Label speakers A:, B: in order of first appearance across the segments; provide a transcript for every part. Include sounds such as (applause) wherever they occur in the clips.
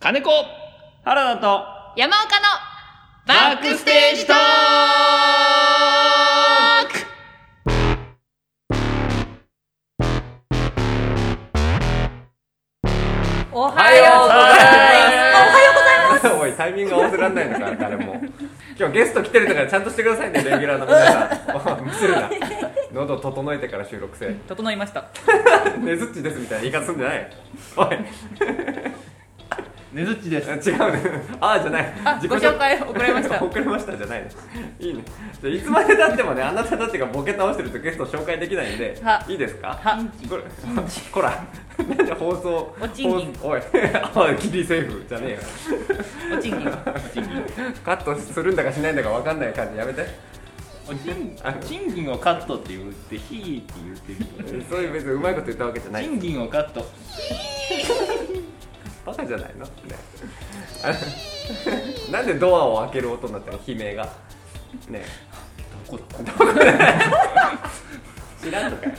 A: 金子
B: 原田と
C: 山岡の
A: バックステージトーク
C: おはようございます
D: おいタイミング合わせられないのか誰も今日ゲスト来てるんだからちゃんとしてくださいねレギュラーの皆さんおいミスるな喉整えてから収録せ
E: (laughs) 整いました
D: ねずっちですみたいな言い方すんじゃないおい
B: ねずっちです
D: 違うねああじゃない
E: あ
D: 自己
E: ご紹介遅れました
D: 遅れましたじゃないのいいねじゃあいつまでたってもねあなたたちがボケ倒してるとゲスト紹介できないんで
E: はい
D: いですか
E: は
D: これこらなんで放送
E: おちんぎん
D: 放送おい (laughs) あギリセーフじゃねえよ
E: お賃金
D: カットするんだかしないんだか分かんない感じやめて
A: お賃賃金をカットって言ってヒーって言ってるけど
D: そういう別にうまいこと言ったわけじゃない
A: 賃金をカット
D: バカじゃないのね (laughs) あなんでドアを開ける音になったの悲鳴がね
A: どこだ
D: 知らんのかよ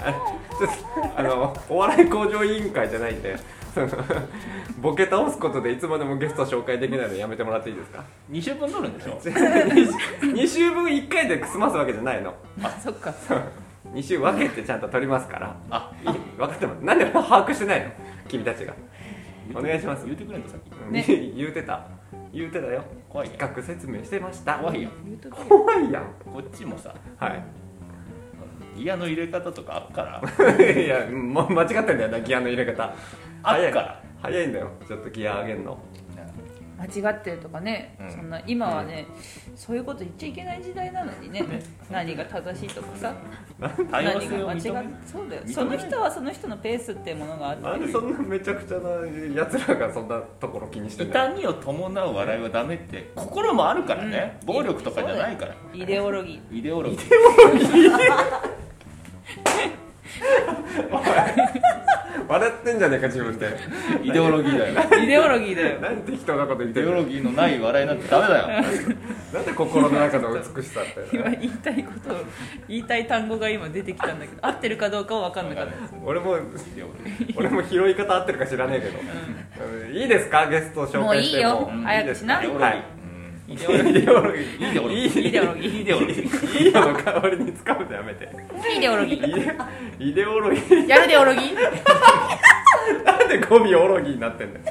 D: あちょっとあのお笑い向上委員会じゃないんで (laughs) そのボケ倒すことでいつまでもゲスト紹介できないのやめてもらっていいですか (laughs)
A: 2週分取るんでしょ
D: 2週分1回で済ますわけじゃないの
E: あそっか
D: 2週分けてちゃんと取りますから
A: あ
D: いい分かってますなんで把握してないの君たちがお願いします
A: 言ってくれんとさっき
D: うん
E: ね
D: (laughs) 言うてた言うてたよ
A: 怖い
D: 企
A: や
D: 画説明してました
A: ん怖いやん
D: 怖いやん
A: こっちもさ
D: は
A: ギアの入れ方とかあっ (laughs) から
D: (laughs) いいやもう間違ってんだよなギアの入れ方
A: あ
D: 早
A: っ
D: い
A: から
D: 早いんだよちょっとギア上げんの
E: 間違ってるとかね、
A: うん
E: そんな今はね、そういうこと言っちゃいけない時代なのにね何が正しいとかさ
A: 多様
E: 何
A: 性を
E: が間違っ
A: 認める
E: そうだよ
A: 認め
E: その人はその人のペースっていうものがあって
D: なんでそんなめちゃくちゃなやつらがそんなところ気にしてんだよ
A: 痛みを伴う笑いはダメって心もあるからね、
E: うん
A: 暴力とかじゃないから
E: イデオ
A: (laughs)
E: ロギ
A: イデオロギー
D: 笑ってんじゃねえか自分で
A: イデオロギーだよ
E: ーイデオロギーだよ
D: なんて適当なこと言っ
A: イ
D: て
A: デオ
D: る
A: ロ
D: の
A: ギーのない笑いなんてダメだよ
D: なんで心の中の美しさって
E: 今言いたいことを言いたい単語が今出てきたんだけど合ってるかどうかは分かんな
A: (laughs)
E: かった
D: 俺も
A: イデオロギー
D: 俺も拾い方合ってるか知らねえけど、うんいいですかゲスト紹介しても
E: もういいよ
D: ん
E: 早く
D: です
E: し
D: か
E: な
A: イデオロギ
D: は
A: ーうん
D: い
A: イデオロギー
D: イデオロギー
A: イデオロギー
E: イデオロギー
A: イデオロギー
D: いいよの代わりに使うの
E: (laughs)
D: やめて
C: イデオロギ
D: イ
C: ー
D: デイデオロギー
C: やるでオロ
A: (laughs)
C: ギー
D: なんで語尾オロギーになって
A: (laughs)
D: んだよ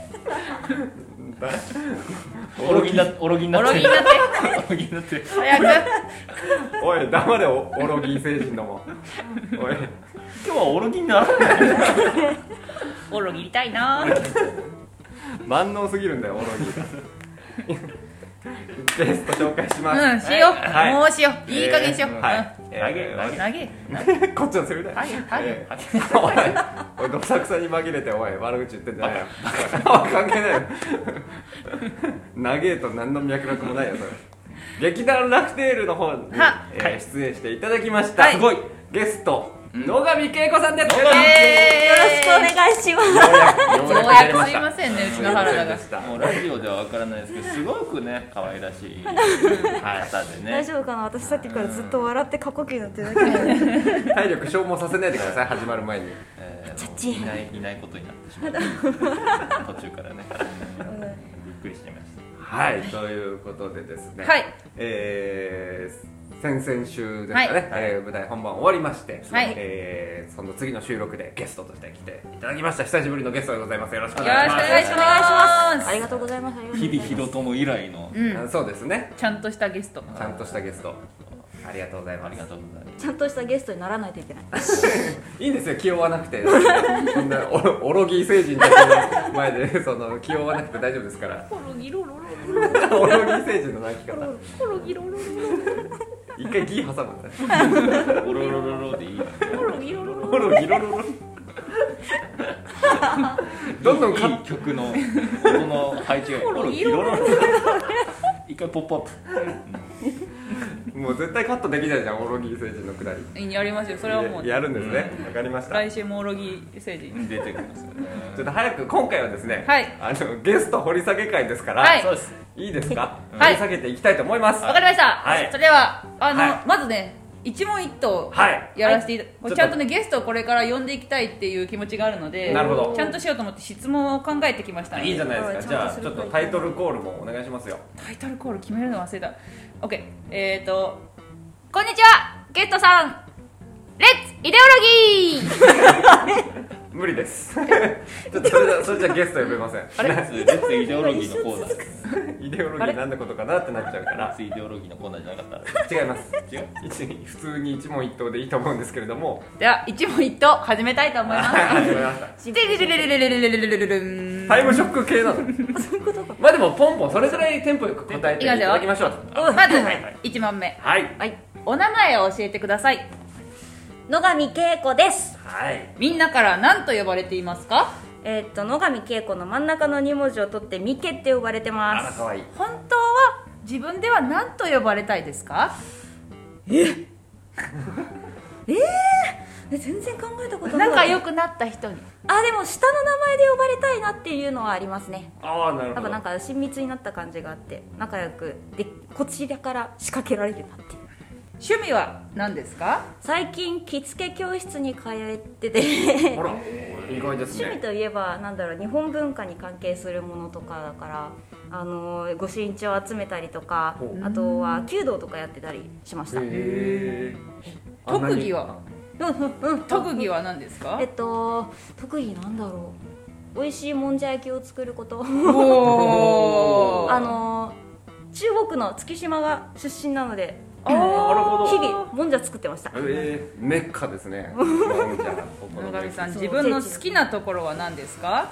D: だ
A: (laughs) オロギーになオロギーにな
C: オ
A: っ
C: ロ
A: て
C: ギーだって
A: (laughs) オロギーになってる
C: 早く
D: おい黙れオオロギー星人どもおい
A: 今日はオロギーにならない
E: オロギー痛いなー
D: 万能すぎるんだよオロギーがゲスト紹介します、
C: うんしよう、
D: はい
C: もうしよういい加減しよう、
A: えー
D: はい、
A: 投げ投げ
E: 投げ
D: こっちのセリフだよ
E: はいはい
D: えーおいおいどさくさに紛れておい悪口言ってんじゃないよ (laughs) 関係ないよ長えと何の脈絡もないよそれ劇団ラフテールの方に、え
C: は
D: ー出演していただきました、
C: はい
D: すごいゲスト、野上恵子さんですよ
C: え
F: よろしくお願いします。
D: うやくようやく出れ
C: ようやく
D: まし
C: すい
D: た
C: ませんねうち
D: すい
C: の
D: ま
C: 原
D: せ
C: 田
D: ん
C: が
D: でした
A: もうラジオでは分からないですけどすごくね可愛らしい方でね
F: 大丈夫かな私さっきからずっと笑って過呼吸になってるだけなのに
D: 体力消耗させないでください始まる前に
A: えー
F: チャッチ
A: いないいないことになってしまった途中からねうんびっくりしちゃいました
D: はいということでですね
C: はい
D: えー先々週ですかね、
C: はい
D: えー舞台本番終わりまして、
C: はい
D: えーその次の収録でゲストとして来ていただきました久しぶりのゲストでございますよろしくお
C: よろしくお
D: 願いします
C: 願いします
F: ありがとうございます。ありがとうござ
A: 日
F: いま
A: 々
F: す
A: ひろとも以来の
C: うん
D: あそうですね
E: ちゃんとしたゲスト
D: ちゃんとしたゲストありがとうござい
A: あ
D: ま
A: り
D: す
A: がとうございます
F: ちゃんとしたゲストにならないといけない。
D: いいんですよ気負わなくてそんなおおろぎ星人たちの前でその気負わなくて大丈夫ですから
E: オロギロロロ
D: (laughs) おろぎ星人の泣き方
E: オロギロロ
D: 一回ギー挟むんだ
A: おろろろろでいい
E: オロギロロ
D: おろぎろろろどんどんカ
A: い
D: ッ
A: い曲の音の配置が
E: おろ
A: い
E: い
A: い
E: ろ
A: 一回ポップアップ
D: もう絶対カットできないじゃんオロギー星人のくだり
E: やりますよそれはもう
D: やるんですねわ、かりました
E: 来週もオロギ星人
A: 出てきますよね
D: ちょっと早く今回はですね、
C: はい
D: あのゲスト掘り下げ会ですから、
C: はい
A: そうです
D: いいですか、
C: はい
D: 掘り下げていきたいと思います、
C: わかりました、
D: はい
C: それではあの、
D: は
C: まずね
E: 一問一答
D: はい
E: やらせていた、
D: はい
E: ちゃんとねゲストをこれから呼んでいきたいっていう気持ちがあるので
D: なるほど
E: ちゃんとしようと思って質問を考えてきましたので
D: いいじゃないですかじ
F: ちゃんと
D: ゃあ
F: す
D: ち
F: る
D: ょっとタイトルコールもお願いしますよ
E: タイトルコール決めるの忘れた OK えーとこんにちはゲストさんレッツイデオロギー
D: 無理です (laughs) ちょっとそれじゃそれじゃゲスト呼べません
A: あれ別イデオロギーのコーナー
D: イデオロギ
E: あれ
D: ーなんてことかなってなっちゃうから
A: 別イデオロギーのコーナーじゃなかっ
D: 違います
A: た違う
D: 一普通に一問一答でいいと思うんですけれども
E: では一問一答始めたいと思います
D: 始めまし
E: テ
D: た
E: レレレレレレレレレレレレン
D: タイムショック系なのまあでもポンポンそれぐらいテンポよく答えてい
E: いきま
D: た
E: すよ
D: だきましょう
E: まず一問目
D: はい
E: はいお名前を教えてください
F: 野上恵子です
D: はい
E: みんなから何と呼ばれていますか
F: えーっと野上恵子の真ん中の2文字を取ってミケって呼ばれて
D: あ
F: ま
D: ら
F: す
D: かわいい
E: 本当は自分では何と呼ばれたいですか
F: え全然考えたことない
E: 仲良くなった人に
F: あでも下の名前で呼ばれたいなっていうのはありますね
D: ああなるほ
F: やっぱ
D: ど
F: なんか親密になった感じがあって仲良くでこちらから仕掛けられるなっていう
E: 趣味は何ですか
F: 最近着付け教室に通ってて
D: ほら意外です
F: 趣味
D: ね
F: といえばなんだろう日本文化に関係するものとかだからあの御朱印帳を集めたりとか
D: ほう
F: あとは弓道とかやってたりしました
D: へえ
E: 特技は
F: うんうんうん
E: 特技は何ですか
F: えっと特技なんだろう美味しいもんじゃ焼きを作ること
E: おー
F: あの中国の月島が出身なので
E: あー
D: なるほど
F: 日々もんじゃ作ってました
D: えー、メッカです (laughs) ね。もんじゃお好み
E: 野上さん
F: そう
E: 自分の好きなところは何ですか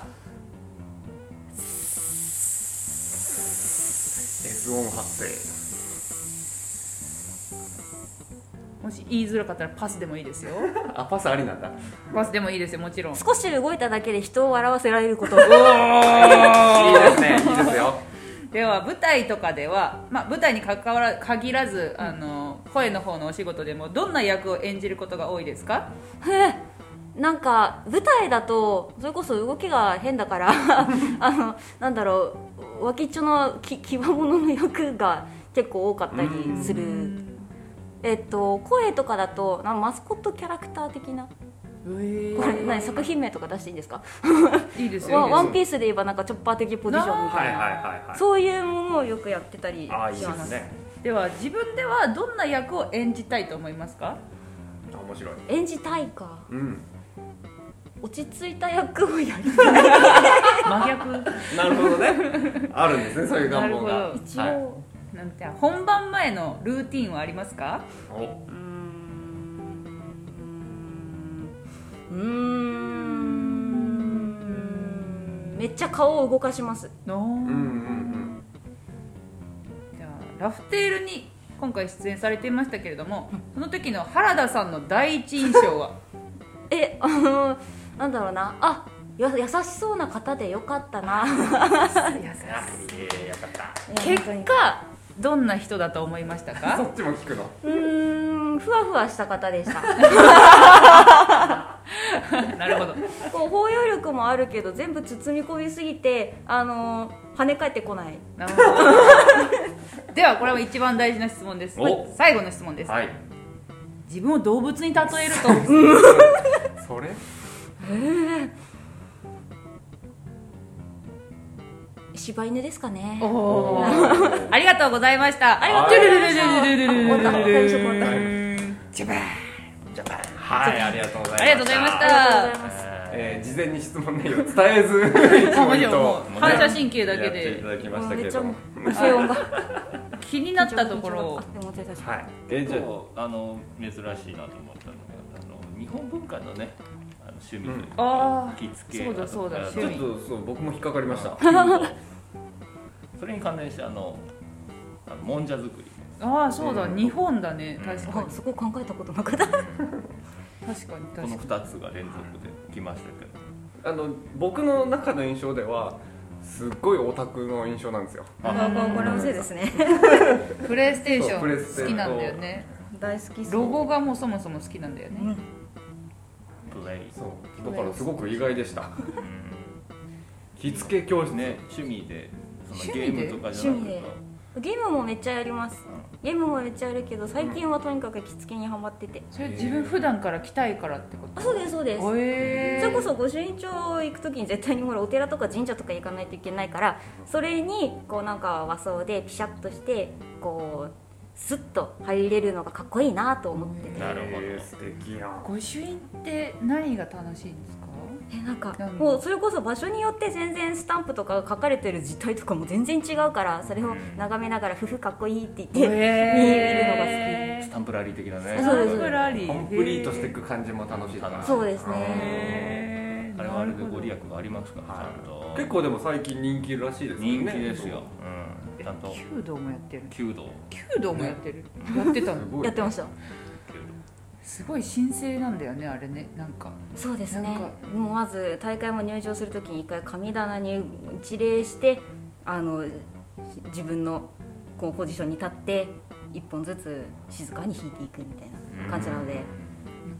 D: S 音発生。
E: もし言いづらかったらパスでもいいですよ
D: あ、パスありなんだ。
E: パスでもいいですよもちろん
F: 少し動いただけで人を笑わせられること
D: いいですね。いいですよ。
E: では舞台とかでは、まあ、舞台に関わら限らずあの声の方のお仕事でもどんな役を演じることが多いですか
F: なんか舞台だとそれこそ動きが変だから
D: (laughs)
F: あのなんだろう脇っちょのききばものの役が結構多かったりするえっと声とかだとなんかマスコットキャラクター的なこれ何作品名とか出していいんですか
E: いいです
F: ワ
E: よ
F: ンワンピースで言えばなんかチョッパー的ポジションみたいな、
D: はいは
F: そういうものをよくやってたりし
D: あ
F: ま
D: ー、いい
F: す
D: ですね。
E: では自分ではどんな役を演じたいと思います
F: (laughs)
E: か
D: あ面白い。
F: 演じたいか
D: うん。 (laughs)
F: 落ち着いた役をやり
E: 真逆
D: なるほどね。あるんですね、そういう願望
E: なる
D: が
E: ほ。ど
F: 一応、
D: は
E: なんて本番前のルーティンはありますか
D: お
F: うーんうーんめっちゃ顔を動かします
E: の
D: うんうんうん。
E: じゃあラフテールに今回出演されていましたけれどもその時の原田さんの第一印象は
F: えあのなんだろうなあや優しそうな方でよかったな
D: ええ、よかった。
F: 結
E: 結
F: 果
E: 果 (laughs) どんな人だと思いました
D: そ
E: か
D: っちも聞くの。
F: うーんふわふわした方でした
E: なるほど
F: こう包容力もあるけど全部包み込みすぎてあの跳ね返ってこない
E: なるほど (laughs) ではこれは一番大事な質問です
D: お
E: 最後の質問です、
D: はい。
E: 自分を動物に例えると
D: それ。
F: 柴犬ですかね
E: (laughs) おーありがとうございました
D: ありがとう
E: ル
D: ご
E: ル
D: ざい
E: ル
D: ま
E: ル
D: した
E: ルルルルルルルル
F: 最初終わ
E: ジ
F: っ
E: ャバーン
D: はい、ありがとうございました。
E: ありがとうございまし
F: ありがとうござい
E: た
F: ます
D: (laughs) えー、事前に質問内容伝 (laughs) えず、一問一答
E: もう反射神経だけ
D: やってい
E: で
D: ただきましたけれども。
F: めっちゃ声音が
E: 気になったところを
F: あでも私たち
D: はい。えー、じゃあ
A: そうあの珍しいなと思ったのがあの日本文化のねあの趣味というか、
E: あ
A: 着付け
E: そうだそうだ
A: あと
E: 趣
D: ちょ
E: 味
D: っとそう僕も引っかかりま (laughs) した。
A: それに関連してあのあのもんじゃ作り
E: ーあーそうだ日本だね確か
F: あそこ考えたことなかった
E: に確かに
A: こ
E: 確
A: の
E: か
A: 2つが連続で来ましたけど
D: あの僕の中の印象ではすっごいオタクの印象なんですよ。
F: これのせいですね
E: にプレイステーシ
D: そうプレイステ
E: ョン好
D: ーショ
E: き
D: ン
E: なんだよね
F: 大好きそう
E: ロゴがもうそもそも好きなんだよ
F: う
E: ね
F: ん
A: プレイ
D: そうだからすごく意外でした。着付け教室ね。
A: ね趣味でその
E: 趣
A: ゲ
E: 味で
A: ームとかじゃなく
F: 趣味
A: て
F: でゲームもめっちゃやりますゲームもめっちゃやるけど最近はとにかく着付けにはまってて
E: それ自分普段から来たいからってこと
F: あそうですそうです
E: えー、
F: それこそ御朱印帳行く時に絶対にほらお寺とか神社とか行かないといけないからそれにこうなんか和装でピシャッとしてこうスッと入れるのがかっこいいなと思ってて
A: なるほど
D: えー素敵やん
E: 御朱印って何が楽しいんですか
F: えなんか
E: うん
F: もうそれこそ場所によって全然スタンプとかが書かれてる実態とかも全然違うからそれを眺めながら「ふふかっこいい」って言って
E: え
A: スタンプラリー的なね
F: そうです
E: スタンプラリー
D: コンプリートしていく感じも楽しいかな
F: そうですね
E: へー
A: あれはあれで
E: なるほ
A: ご
E: ど
A: 利益がありますからちゃんと
D: 結構でも最近人気らしいですよ
A: 人
D: ね
A: 気ですよ、うん、ちゃんと
E: 弓道もやってる
A: 弓道
E: 弓道もやってる、やってた
D: す
E: の
D: ごい
F: やってました
E: すごい神聖なんだよねあれねなんか
F: そうです
E: な
F: ね
E: ん
F: もうまず大会も入場するときに一回神棚に一礼してあの自分のこうポジションに立って一本ずつ静かに引いていくみたいな感じなので
E: なん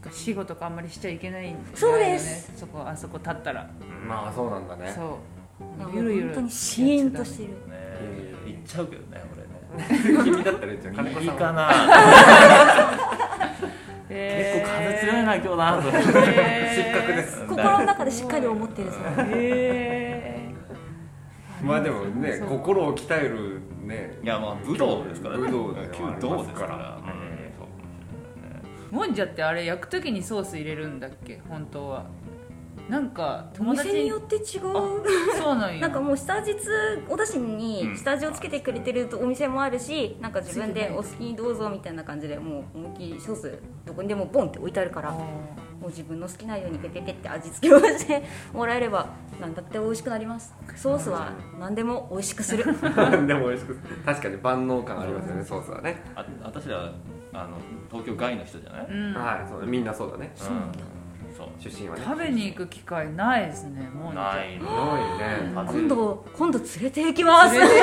E: か死後とかあんまりしちゃいけないんだよね
F: そうです
E: そこあそこ立ったら
D: まあそうなんだね
E: そう
F: いやもう
E: ゆるゆる
F: 本当にシーンとしてる
A: ね
D: え
A: 行っちゃうけどね俺ね
D: 君だったらいいじゃん金子
A: 右
D: さん
A: かな結
E: 結
A: 構風強いな今日なと失
E: 格です
F: 心の中でしっかり思ってるそれ
E: へ
D: まあでもね
E: そう
D: 心を鍛えるね
A: いやまあ武道ですからね
D: 武道ではあり
A: 弓
D: ます
A: 道ですか
D: から
A: う
D: ら
A: んそう
E: ーもんじゃってあれ焼くときにソース入れるんだっけ本当はなんか
F: お
E: 友達
F: 店によって違う
E: そうなんよ
F: (laughs) なんかもう下味つおだしに下味をつけてくれてるお店もあるしなんか自分でお好きにどうぞみたいな感じでもう思いっきりソースどこにでもボンって置いてあるから
E: あ
F: もう自分の好きなようにペペペって味付けをしてもらえれば何だって美味しくなりますソースは何でも美味しくす (laughs) る
D: (laughs) でも美味しく確かに万能感ありますよねソースはね
A: あ私らあの東京外の人じゃない、
E: ー
A: うん
E: うん
D: はいそうみんなそうだね
A: そう
D: 出身はね
E: 食べに行く機会ないですねもんじ
A: な
E: ゃ
A: い
D: ないね
F: 今度今度連れて行きます
E: 連れて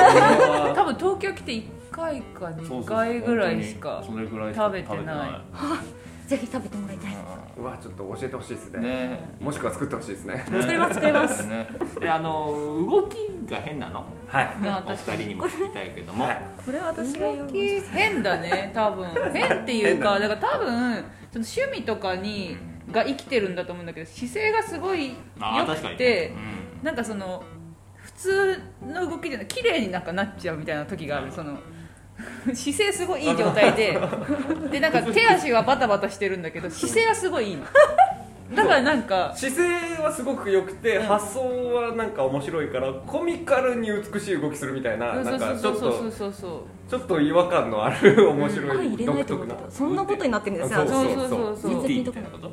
E: (laughs)
D: あ
E: 多分東京来て1回か2回ぐらいしか
A: そうそうそう本当にそれぐらいしか
E: 食べてない
F: ぜひ食べてもらいたい
D: ーうわちょっと教えてほしいです
A: 食べてない
D: ね
A: ね
D: もしくは作ってほしいですね
A: 作
F: れます作れます
A: ねであの動きが変なの
D: はい
E: いや
A: お二
E: 私
A: 人にも聞きたいけども、
F: これは私が言
E: 動
F: う
E: き変だね多分変っていうかだから多分その趣味とかにが生きてるんだと思うんだけど姿勢がすごい良
A: ああ確か
E: く
A: に
E: て
A: ね、
E: なんかその普通の動きじゃない綺麗になんかなっちゃうみたいな時があるその姿勢すごいいい状態ででなんか手足はバタバタしてるんだけど姿勢はすごいいいのだからなんか
D: 姿勢はすごく良くて、発想はなんか面白いからコミカルに美しい動きするみたいな
E: そう
D: なんかち
E: そ
D: ょ
E: う
D: っ
E: そう
D: と
E: そうそうそう
D: ちょっと違和感のある (laughs) 面
F: あ
D: 白
F: 入
D: い
F: れない
D: 独
F: ってこ
D: 特
F: と
D: な
F: だそんなことになってるんです
D: あ
F: よ
E: そうそうそう
A: う
E: そ
A: ん、
E: う
A: ティーみたいなこと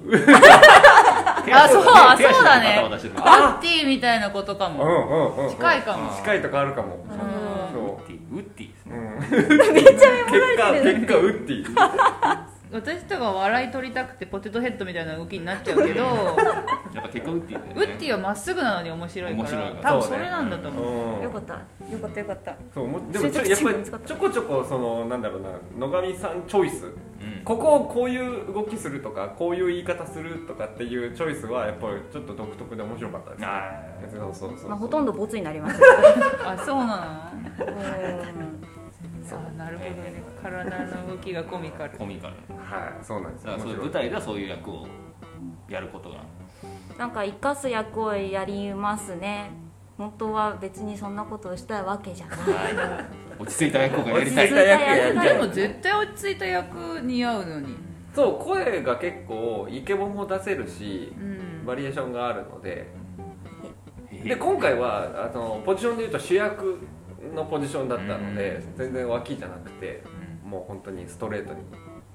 E: あそうあ
A: 手足
E: そうだ
A: 手足の肩を
E: ね
A: 出してるの
E: パッティーみたいなことか
D: うん
E: も
D: うんうんうん
E: 近いかも
D: 近いとかあるかも
E: うん
D: そ
A: ティーウッディです
D: う、
A: ね
D: うん、
F: めっちゃメモ
D: 結
F: ら
D: 果
F: れてる
D: 結果ウッディ
E: 私とか笑い取りたくてポテトヘッドみたいな動きになっちゃう (laughs) けど
A: やっぱ結果ウッディだよね
E: ウッディはまっすぐなのに面白いか
A: 面白
E: ら
A: いから
E: 多分
D: そう
E: そ
D: ね
E: れなんだと思う
D: うん
F: よかったよかったよかった
D: そうもでもちょ
F: 集中
D: やっ
F: 力
D: ぱりちょこちょこそのなんだろうな野上さんチョイス
A: うん
D: ここをこういう動きするとかこういう言い方するとかっていうチョイスはやっぱりちょっと独特で面白かったですね
A: あ
D: そうそうそう
F: まあほとんどボツになります
E: あそうな
F: う
E: のあなるほどね体の動きがコミカル
A: コミカル
D: はいそうなんです
A: だからそういう舞台ではそういう役をやることが
F: んなんか生かす役をやりますね本当は別にそんなことをしたいわけじゃない
A: 落ち着いた役をやりたい
F: 落ち着いた役
E: でも絶対落ち着いた役似合うのに
D: そう声が結構イケボも出せるし
E: うん
D: バリエーションがあるので
A: で
D: で今回はあのポジションでいうと主役のポジションだったので全然脇じゃなくてもう本当にストレートに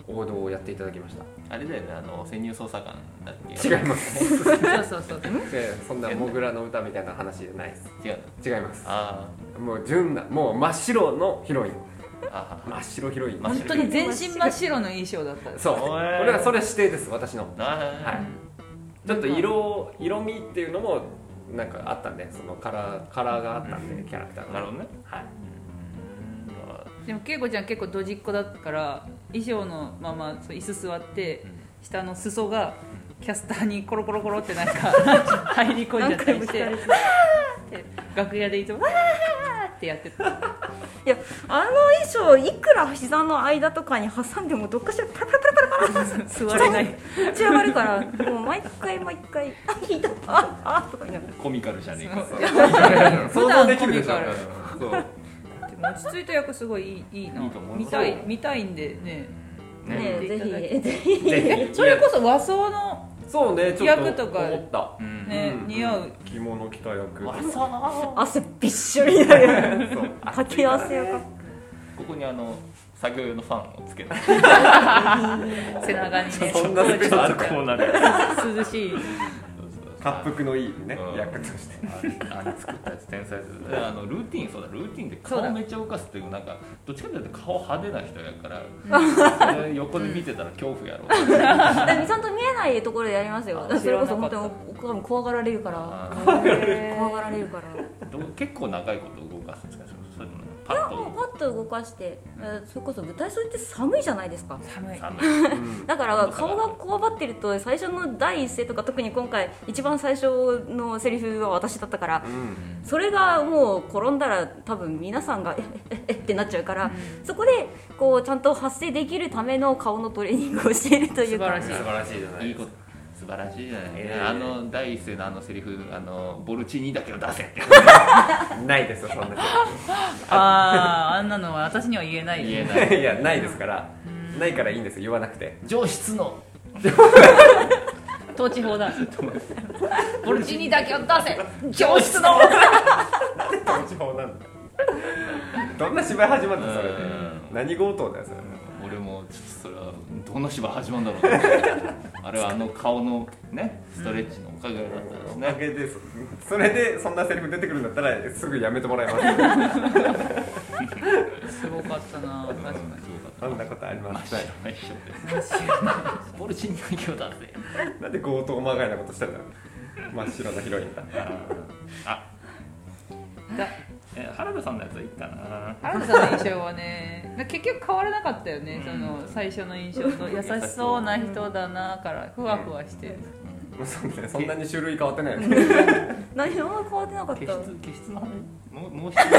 D: 王道をやっていただきました
A: あれだよねあの潜入捜査官だっけ
D: 違います
E: そうそうそう
D: でそんなモグラの歌みたいな話じゃないです
A: 違う
D: 違います
A: あ
D: もう純なもう真っ白のヒロイン
A: ーあ
D: 真っ白ヒロイン
A: 真っ
E: 本当に全身真っ白の衣装だった
D: そう
A: おい
D: 俺はそれ指定です私の
A: ーあ
D: はいちょっと色色味っていうのもなんかあったんでそのカラーカラーがあったんでキャラクター
A: ー
D: が
A: なるほどね
D: はい
E: でも恵子ちゃん結構ドジっ子だったから衣装のままそう椅子座って、
A: うん
E: 下の裾がキャスターにコロコロコロって (laughs) なんか入り込んじゃったりして「わー!」って楽屋でいつも「わー!」ってやってた
B: いやあの衣装いくら膝の間とかに挟んでもどっかしらパラパラパラパラパラ
E: 座れない
B: 立ち上がるからもう毎回毎回「あ引いたああ」とか言いながら
A: コミカルじゃねえか
D: 想像できるでしょ
E: 普段
D: そう
E: でも落ち着いた役すごいいいいいない
A: いと思い
E: 見
A: ます
E: たい見たいんでね
A: ね
F: ね
E: 見ていただい
F: ぜ
E: て
F: ひぜひ
A: ぜひ
E: (laughs) それこそ和装の
D: そうねちょっ
E: 役と
D: と
E: か
D: 思った
A: うん
E: ね
D: うん
E: 似合う
D: 着物着た役
A: 和装
B: 汗びっしょりになる
D: そう
B: かけ汗をかく
A: ここにあの作業用のファンをつけて
E: 背中にね
D: そんなスペースあるか
A: コーナー
E: 涼しい
D: 滑腹のいいね
A: うん
D: 役として
A: あれ作ったやつ天才ですねあのルーティンそうだルーティンで顔めっちゃ動かすっていうなんかどっちかというと顔派手な人やからそれ横で見てたら恐怖やろう
F: でもちゃんと見えないところでやりますよ
A: あ
F: それこそ本
E: 知らな
F: 当におおお怖がられるから
A: な
F: 怖がられるから
A: どう結構長いこと動かすんですかそれともパ
F: いや
A: ッ
F: もう
A: と
F: パッと動かしてえそれこそ舞台装って寒いじゃないですか
E: 寒い
A: 寒い
F: だから顔がこわばってると最初の第一声とか特に今回一番最初のセリフは私だったから
D: うん
F: それがもう転んだら多分皆さんがええええってなっちゃうからそこでこうちゃんと発声できるための顔のトレーニングをしているというか
E: 素晴らし
D: 素晴らしいじゃない
A: いい
D: です
A: こ
D: か
A: と素晴らしいじゃない、
D: いやいや
A: あの第一声のあのセリフあのボルチーニだけを出せって
D: ないですよそんな
E: あああんなのは私には言えない
A: 言えない
D: 人いやないですからないからいいんですよ言わなくて
A: 上質の
E: 統治法 (laughs) だボルチにだけを出せ (laughs) 教室の
D: どんな芝居始まったそれで
A: うん
D: 何強盗だよそれ
A: 俺もちょっとそれはどんな芝居始まるんだろうと思ってあれはあの顔のねストレッチのおかげだったんです
D: お
A: ね
D: か、げですそれでそんなセリフ出てくるんだったらすぐやめてもらいます
E: すごかったな
A: うん
E: 確かに
A: すごかった
D: そんなことありませ
A: 真っ
D: ん
A: 白な衣装でボルチーニだけを出せ
D: なんで強盗まがいなことしたんだろう真っ白なヒロインだ
A: あ
E: だ
A: え原田さんのやつはいいかな
E: 原田さんの印象はねだ結局変わらなかったよね、
A: うん
E: その最初の印象と優しそうな人だなからふわふわしてる、
D: そうねそんなに種類変わってないよね
F: 何も変わってなかっ
A: 毛質
F: た
A: 毛質の話もうもう一つ
D: 普通の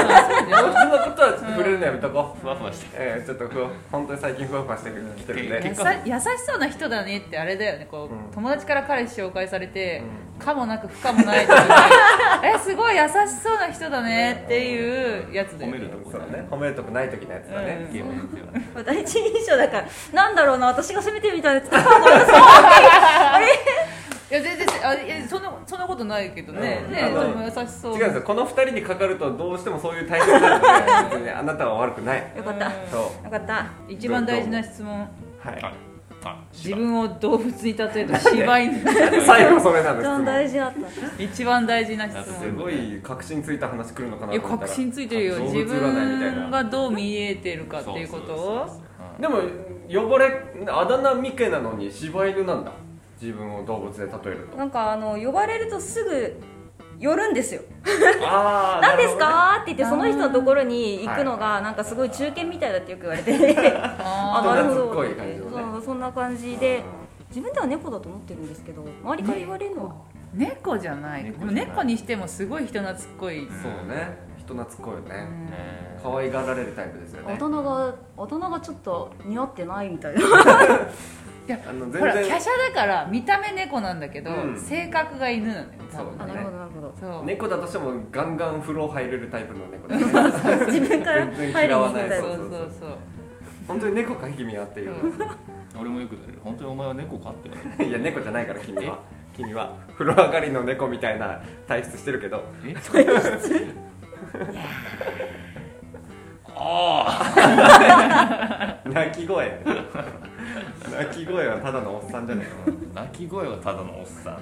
D: ことはちょっと触れるのやめとこう
A: ふわふわして
D: えー、ちょっとふわ本当に最近ふわふわしてきてるん
E: 優
D: で
E: し優しそうな人だねってあれだよねこう、
D: うん
E: 友達から彼氏紹介されて、かもなく不可もないっていう (laughs) えすごい優しそうな人だねっていうやつで
A: 褒めるとこ
D: そ
A: だ
D: うだ
A: ね
D: ね褒めるとこない時のやつだね、
A: ゲームですよね
B: まあ第一印象だからなんだろうな私が攻めてるみたいなやつあごめんなさい
E: いや全然あいやそんなそんなことないけどね、
D: うん
E: ね
D: あの
E: でも優しそう
D: 違うんですよこの二人にかかるとどうしてもそういう対象になるので (laughs) 別にあなたは悪くない
B: よかったよ
D: そう
B: かった
E: 一番大事な質問
D: はい
A: あ
E: 自分を動物に例えると柴犬 (laughs)
D: 最後それなんで
B: 一
D: す
B: 番大
D: も
B: 事だった
E: 一番大事な質
D: うす
E: 問
D: ごい確信ついた話来るのか
E: い
D: な
E: や
D: と思ったら
E: 確信ついてるよ
D: 動
E: 自
D: 物占いみたい
E: 分
D: な
E: がどう見えてるかっていうことを
D: でも呼ばれあだ名ミケなのに柴犬なんだ自分を動物で例えると
B: なんかあの呼ばれるとすぐ寄るんですよ
D: (laughs) ああ
B: 何ですかって言ってその人のところに行くのがなんかすごい中堅みたいだってよく言われて
E: あ
B: あ
D: ー
B: なるほ
D: 人懐
B: ど
D: っこい感じのね
B: そうそんな感じで自分では猫だと思ってるんですけど周りから言われるのは
E: 猫じゃない
A: 猫
E: 猫
A: じゃない
E: 猫にしてもすごい人懐っこい
D: そうね人懐っこいよね
A: ね
D: 可愛がられるタイプですよ
F: あ
D: ね
F: だ名があだ名がちょっと似合ってないみたいな
D: あの全
E: ほら華奢
D: 然
E: だから見た目猫なんだけど、
D: うん
E: 性格が犬なのよ多分
D: そう
F: (laughs) あなるほどなるほ (laughs) ど
E: そう
D: 猫だとしてもガンガン風呂入れるタイプの猫だね
B: 自分から入
D: 全
B: り
D: 然嫌
B: に行
D: わ
B: く
D: ない
B: タイ
E: そ
B: プ
E: うそう
D: 本当に猫か君はっていう
E: そう
A: 俺もよく言われる本当にお前は猫かって言われる
D: いや猫じゃないから君は君は風呂上がりの猫みたいな体質してるけど
A: えあ
D: 鳴き声鳴き声はただのおっさんじゃないか
A: あ鳴き声はただのおっさ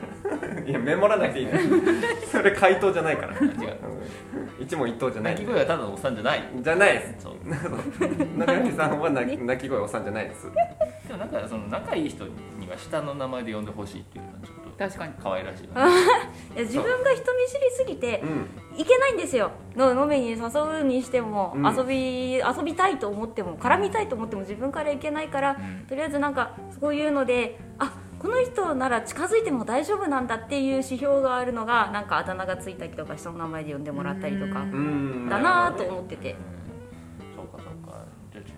A: ん
D: ないやメモらなくていいねそれ回答じゃないから
A: 違う
D: うん一問一答じゃな
A: 鳴
D: い
A: き声はただのおっさんじゃない
D: じゃないです
A: そう
D: 中谷さんは鳴き鳴き声おっさんじゃないです
A: でもなんかその仲いい人には下の名前で呼んでほしいっていうのはちょっと
E: 確かに
A: 可愛らしいよね
F: いや自分が人見知りすぎて
D: うん
F: いけないんですよの飲みに誘うにしても、
D: うん
F: 遊び遊びたいと思っても絡みたいと思っても自分からいけないから、
A: ん
F: とりあえずなんかそういうのであこの人なら近づいても大丈夫なんだっていう指標があるのがなんかあだ名がついたりとか人の名前で呼んでもらったりとか
D: うん
F: だなぁと思ってて
A: うんそうかそうかじゃあちょ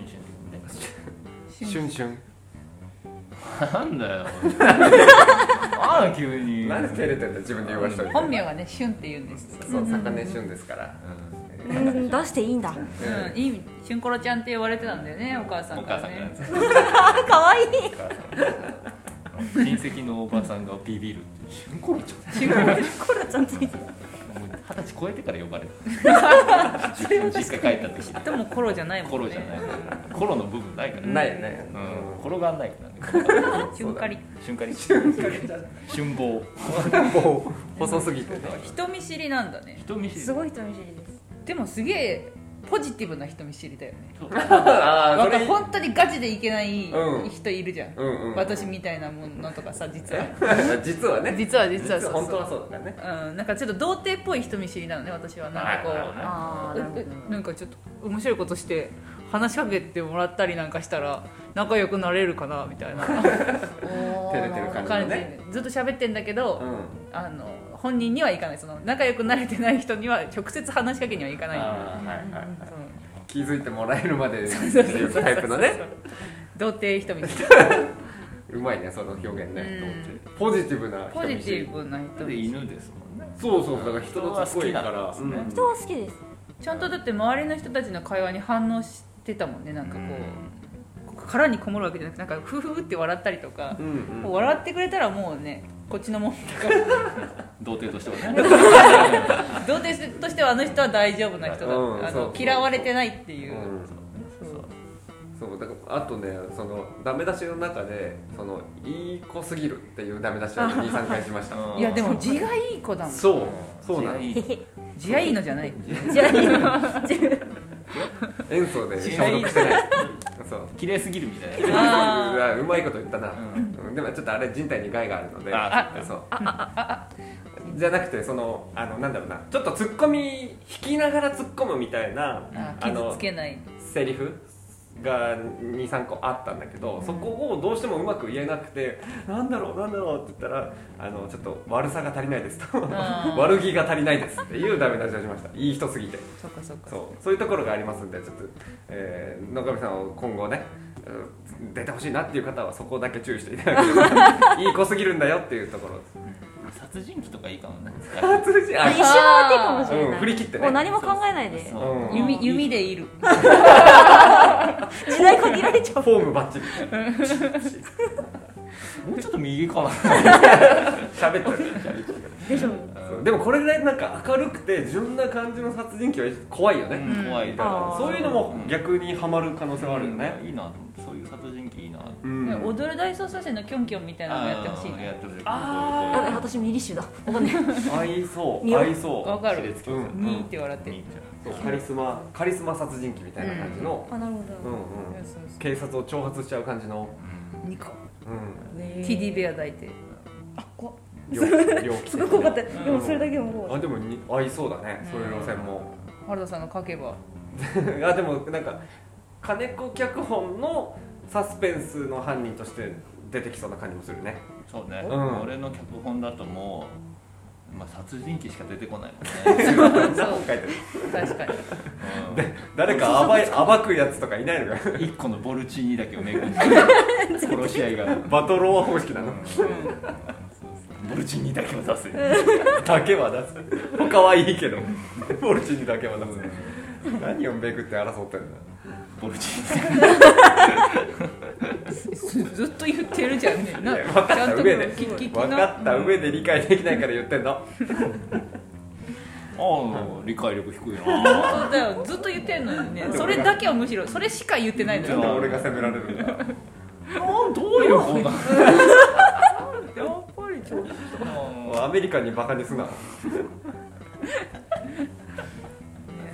A: っとシュンシュンで見てみます
D: シュンシュン
A: なんだよああ急に
D: なんで照れてんだ自分で言わした
E: 本名がねシュンって言うんです
D: そう坂根俊ですから
A: うん
F: うん出していいん
B: (laughs)
F: だ
E: うん、いいシュンコロちゃんって言われてたんだよねお母さん
A: お
E: か
A: 母
E: ら
A: さんから
E: ね
A: です
F: 可愛い
A: 親戚のおばさんがビビるってシュンコロちゃ
F: いコロちゃんついて
A: ん
F: る
A: もう二十歳超えてから呼ばれ
F: (laughs)
A: た実家帰った時
E: でもコロじゃないもんね
A: コロじゃないコロの部分ないからね
D: ないよね
A: うん、転がんない
F: (laughs)
A: からね
E: シュンカリ
A: 瞬間に (laughs) 瞬望
D: もう細すぎてね
E: 人見知りなんだね
A: 人見知り
B: すごい人見知りです
E: でもすげえポジティブな人見知りだよね
A: そう
D: ああ
E: な
D: そ
E: んか
D: れ
E: 本当にガチでいけない
D: うん
E: 人いるじゃん、
D: うんうん
E: 私みたいなものとかさ実は
D: (laughs) 実はね
E: 実は実はそうそう
D: 本当はそうだからね
E: うん、なんかちょっと童貞っぽい人見知りなのね私はなんかこ
A: はいはいうは
F: あーなるほど
E: うなんかちょっと面白いことして話しかけてもらったりなんかしたら仲良くなれるかなみたいな
D: 照れてる感じ
E: 感
D: の
E: じ
D: ね
E: でずっと喋ってんだけど、
D: うん
E: あの本人にはいかないその仲良くなれてない人には直接話しかけにはいか
A: あ
E: な
A: ー
E: い
A: はいはいはい
E: うん
D: 気づいてもらえるまでっていうタイプのね
E: 童貞人見知り
D: うまいねその表現ね
E: うん
D: ポジティブな
E: ポ
D: 人
E: ジ
D: 見知
E: テ
D: り
E: ィブな
A: だ
E: 人
A: って
E: 見知り
A: 犬ですもんね
D: そうそうだから人の声から
A: 人は好きなんです
F: 人は好きです
B: (laughs)
E: ちゃんとだって周りの人たちの会話に反応してたもんねなんかこう殻にこもるわけじゃなくてなんかフフフって笑ったりとか
D: う、んうん
E: もう笑ってくれたらもうねこっちのもん
A: 童貞としてはね
E: 童貞としてはあの人は大丈夫な人だ、
D: うん
E: あ
D: そう
E: の嫌われてないっていう、
D: うん
E: そう
D: そうだからあとねそのダメ出しの中でそのいい子すぎるっていうダメ出しを23回しました
A: うん
E: いやでも字がいい子だもん
D: そうそうなの
A: いい
E: 字がいいのじゃない (laughs)
F: じゃあ今
D: 演奏で消毒してないそう
A: 綺麗すぎるみたいな
E: あ
D: う
E: ー
D: わうまいこと言ったな、
A: う
D: うんでもちょっとあれ人体に害があるので
A: あ
D: そうじゃなくてそのあのなんだろうなちょっとツッコミ引きながらツッコむみたいな
E: あ
D: あ
E: 傷
D: の
E: つけない
D: セリフが23個あったんだけどそこをどうしてもうまく言えなくて「なんだろうなんだろう」って言ったら「あのちょっと悪さが足りないです」と
E: あー
D: 「(laughs) 悪気が足りないです」っていうダメ出しをしましたいい人すぎて
E: そっかそっか
D: そうそういうところがありますんでちょっと、えー野上さんを今後ねうん出てほしいなっていう方はそこだけ注意していただけれ
F: (laughs)
D: ばいい子すぎるんだよっていうところです
A: 殺人鬼とかいいかもね
D: あ通じあ
F: 一瞬は手かもしれ
D: うん、
F: な
D: 振
F: い
D: り切ってね
F: もう何も考えないで
A: そう
D: うん
E: 弓弓でいる
F: 時代限られちゃう
D: フォームバッチリ
A: もうちょっと右かな
D: 喋ってる
B: でしょ
D: そうでもこれぐらいなんか明るくて純な感じの殺人鬼は怖いよね、
A: うん怖い
D: だから
F: あー
D: そういうのも逆にはまる可能性はあるよね、
A: いいなそういう殺人鬼いいな
D: うん
E: 踊る大捜査線のキョンキョンみたいなのもやってほしい
A: あーや
E: ね
A: ってほしい
F: やべ
A: あ
F: 私ミリシュだわかんない
D: 合いそう
F: 匂い
D: 合いそう
E: わかる
A: つけて
D: うん
E: ニーって笑ってる
A: いいんじゃない
D: そうカリスマカリスマ殺人鬼みたいな感じの、
B: あなるほ
D: うんうん
E: そうそ
D: 警察を挑発しちゃう感じの、
E: うニコ
D: うん、
B: どね
E: TD ベア抱いて
D: 猟猟奇的な
B: すごく分かったでもそれだけでももう
D: あでもに合いそうだね、
E: うん
D: そういう路線も (laughs)
E: 原田さんが書けば
D: あでもなんか金子脚本のサスペンスの犯人として出てきそうな感じもするね
A: そうね、
D: うん
A: 俺の脚本だともう、まあ、殺人鬼しか出てこないもん
E: そ
A: ね、
E: う
D: 書いてる
E: 確かに
A: で
D: 誰か暴い暴くやつとかいないのか (laughs)
A: 一個のボルチーニだけを巡って殺し合いが、うん
D: バトロワ方式なの
A: ボルチーニだけを出す
D: だけは出す他はいいけ
E: (laughs)
D: どボルチにだけは出す何をめくって争ってんだ
A: ボルチーニ
E: ずっと言ってるじゃんね。な
D: 分かっ
E: ちゃ
D: た
E: んと
D: 上で
E: 聞き聞き
D: 分
E: な
D: かった上で理解できないから言ってんの
A: ああ理解力低いな
E: そうだよ。ずっと言ってんのにね。それだけはむしろそれしか言ってないの
D: なん
E: よ。
D: で俺が責められるん
E: (laughs)
D: だ
A: なんどういうこんな
E: やっぱりちょっと。
D: もうアメリカンにバカにすな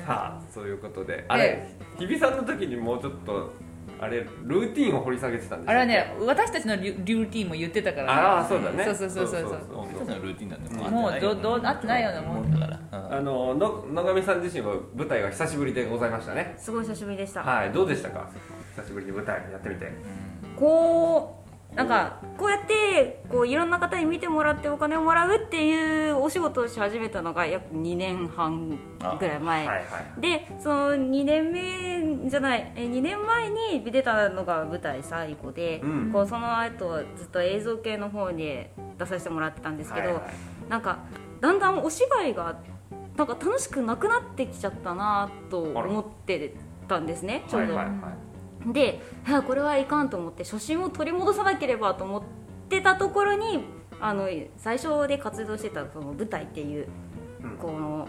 D: さあそういうことであれ日比さんの時にもうちょっとあれルーティンを掘り下げてたんです
E: あれはね、私たちのルルーティンも言ってたから、
D: ああそうだね
E: そうそうそうそうそう
A: 俺たちのルーティンなんで
E: ね。もうどどう合ってないようなもん。
A: だから、うん
D: あのの野上さん自身は舞台が久しぶりでございましたね
F: すごい久しぶりでした
D: はいどうでしたか久しぶりに舞台やってみて
F: こうなんかこうやってこういろんな方に見てもらってお金をもらうっていうお仕事をし始めたのが約2年半ぐらい前、
D: はい
F: でその2年目じゃないえ2年前に出たのが舞台最後で、
D: うん
F: こうその後ずっと映像系の方に出させてもらってたんですけど、
D: はいはい
F: なんかだんだんお芝居がなんか楽しくなくなってきちゃったなと思ってたんですねちょうど。
D: はいはいはい
F: であこれはいかんと思って初心を取り戻さなければと思ってたところにあの最初で活動してたその舞台っていう、
D: うん
F: この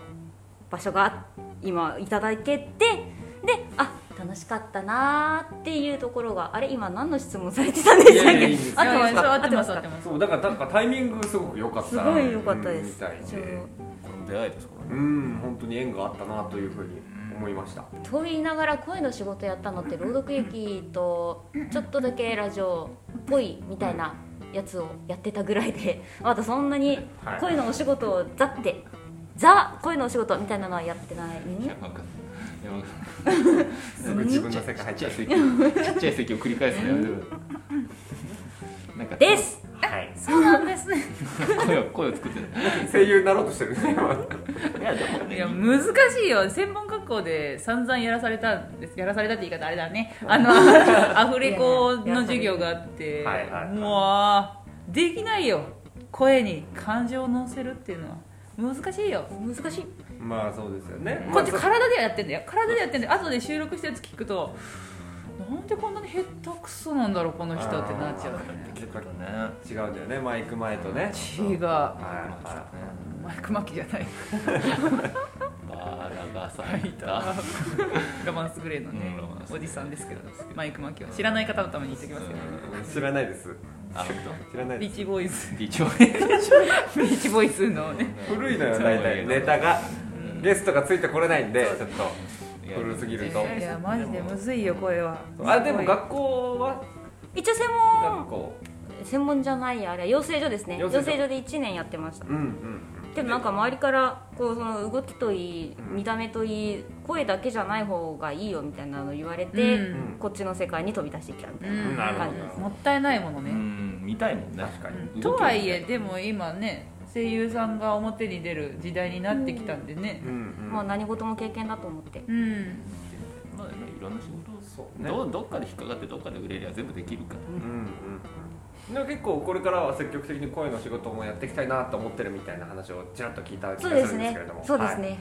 F: 場所が今いただけてであ楽しかったなーっていうところがあれ今何の質問されてたんでしたっ
D: いやいやい
F: け
D: いです
F: 合って
E: あ
F: ます
E: そう
F: か
E: 合ってます合ってます
D: そうだからなんかタイミングすごく良かった
F: すごい良かったで
D: み
F: す
D: たい
F: ちょう
D: で
A: これも出会いですから
D: う
A: ね
D: ん本当に縁があったなというふうに思いました
F: どと言いながら声の仕事やったのって朗読劇とちょっとだけラジオっぽいみたいなやつをやってたぐらいで (laughs) まだそんなに
D: はい
F: 恋のお仕事をザってザ恋のお仕事みたいなのはやってないん
A: 山君山君
D: すぐ自分の世界入っち
A: ち
D: ゃ
A: っ
D: う
A: ちゃい席ちっちゃい席を繰り返すのやめてくださいなんか
F: です (laughs)
D: はい
E: そうなんですね
A: 声を声を作ってる
D: 声優になろうとしてるね今
A: いやでも
E: いや難しいよ専門学校で散々やらされたんですやらされたって言い方あれだねあのアフレコの授業があって
D: はいはいはい
E: もうできないよ声に感情を乗せるっていうのは難しいよ
F: 難しい
D: まあそうですよね
E: こっち
D: まあ
E: 体ではやってんだよ体でやってんだよ後で収録したやつ聞くとなんでこんなに下手くそなんだろうこの人ってなっちゃうよね
A: 結構ね
D: そう違うんだよねマイク前とね
E: 違うマ
D: はいはい
E: イク巻きじゃない
A: バーラが咲いた
E: ロマンスグレーのね
A: うんロマンスグレー
E: おじさんですけどマイク巻きは知らない方のために言っておきますけど
D: 知らないです
A: あ
D: 知らない
E: ビー
D: です
E: チボーイズ
A: 一応ね
E: ビーチボーイズのね
D: 古いのよ大体ネタがゲストがついてこれないんでちょっと古すぎると
E: いやマジでむずいよ声は
D: あでも学校は
F: 一応専
D: 学
F: 門
D: 校
F: 専門じゃないやあれは養成所ですね
D: 養
F: 養
D: 成
F: 成
D: 所
F: 所で1年やってました
D: うんうん
F: でもなんか周りからこうその動きといい見た目といい声だけじゃない方がいいよみたいなの言われて、
E: うん
F: こっちの世界に飛び出してきたみたい
E: うん
F: な感じ
D: なる
F: で
D: ほ
F: す、
D: ど
E: もったいないもの
A: う
E: ね、
A: ん見たいもんね確か
E: うんとはいえでも今ね声優さんが表に出る時代になってきたんでね
D: うんうん
F: まあ、何事も経験だと思って
E: うん、
A: まあねいろんな仕事を
D: そうね
A: どうどっかで引っかかってどっかで売れりゃ全部できるか
D: うんうんでも結構これからは積極的に声の仕事もやっていきたいなと思ってるみたいな話をちらっと聞いた気
F: そ
D: が
F: うです
D: るんです
F: ね
D: けれども
F: そうですね、
D: はい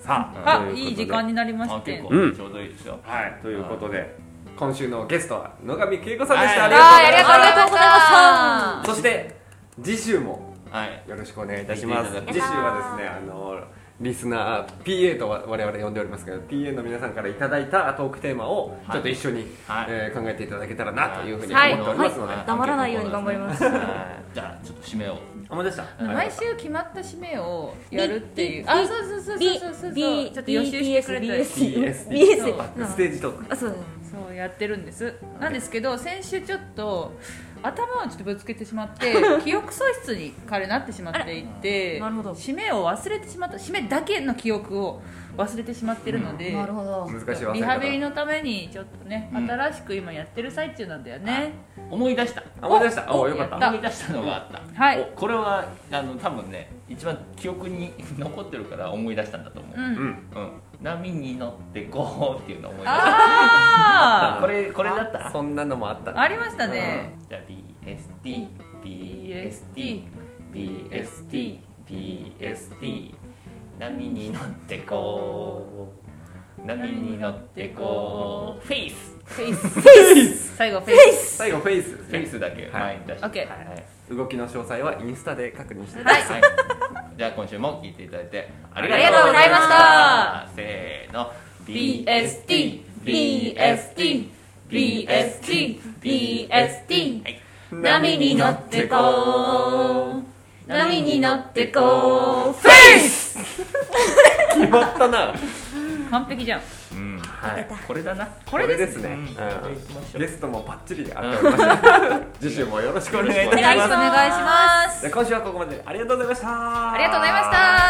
D: さあ
E: あ
D: とうことで
E: いい時間になりま
A: らあ結
E: して
A: 構
D: うん
A: ちょうどいいですよ
D: はいということで今週のゲストは野上恵子さんでした、
A: はい
D: ありがとうござ
C: あ
D: います
C: りがとうございました
D: そして次週も
A: はい
D: よろしくお願いいたします
A: 聞いて
D: 次週はですねあのリスナー PA と我々呼んでおりますけど PA の皆さんからいただいたトークテーマをちょっと一緒に、
A: はい
D: えー考えていただけたらなというふうに
A: はい
D: 思っておりますので、
A: はい
F: 黙らないように頑張ります
A: はいじゃあちょっと締めを
D: 思い出した
E: 毎週決まった締めをやるっていう
F: B-
E: あそうそうそうそうそうそう
F: B-
E: ちょっと予習してくれたり
D: BS
F: BS BS
E: そう
D: バックステージトーク
F: あそう
E: そうやってるんですなんですけど先週ちょっと頭をちょっとぶつけてしまって記憶喪失に彼なってしまっていて
F: あらなるほど
E: 締めを忘れてしまった締めだけの記憶を忘れてしまってるので、
F: なるほど
D: 難しい忘れ方
E: リハビリのためにちょっとね、
A: うん
E: 新しく今やってる最中なんだよね、
A: 思い出した
D: あ思い出したおよかっ
E: やったた
A: 思い出したのがあった、
E: はい
A: おこれはあの多分ね一番記憶に残ってるから思い出したんだと思う、
E: うん
D: うん
A: うん波に乗ってこうっていうのを思い出した
E: あ
A: これこれだった
D: そんなのもあった
E: あありましたね、
A: じゃあ BST BST BST BST 波に乗ってこう波に乗ってこうフェイス
E: フェイスフェイス最後フェイス
D: 最後フェイスです
A: フェイ
D: ね
A: スだけ
D: はい
A: 前に出して
E: オッケー
A: はい
D: 動きの詳細はインスタで確認してくださ
A: はい、じゃあ今週も聞いていただいてありが
E: ありが
A: と
E: と
A: う
E: う
A: ござ
E: ござ
A: い
E: い
A: まし
E: ましたた
A: せーの
E: BST BST BST BST
A: はい
D: い
C: 波に乗ってこう波に乗ってこう
D: 決まったな
E: 完璧じゃん
A: うん
D: はい
A: これだな
D: これですね
A: うんこれいきまし
D: う
A: ょ
D: ん
A: う
D: ゲストもバッチリであっておりました次週もよろしくお願いいたし
E: よろしくお
D: ま
E: 願いします
D: すで今週はここまでありがとうございました
C: ありがとうございました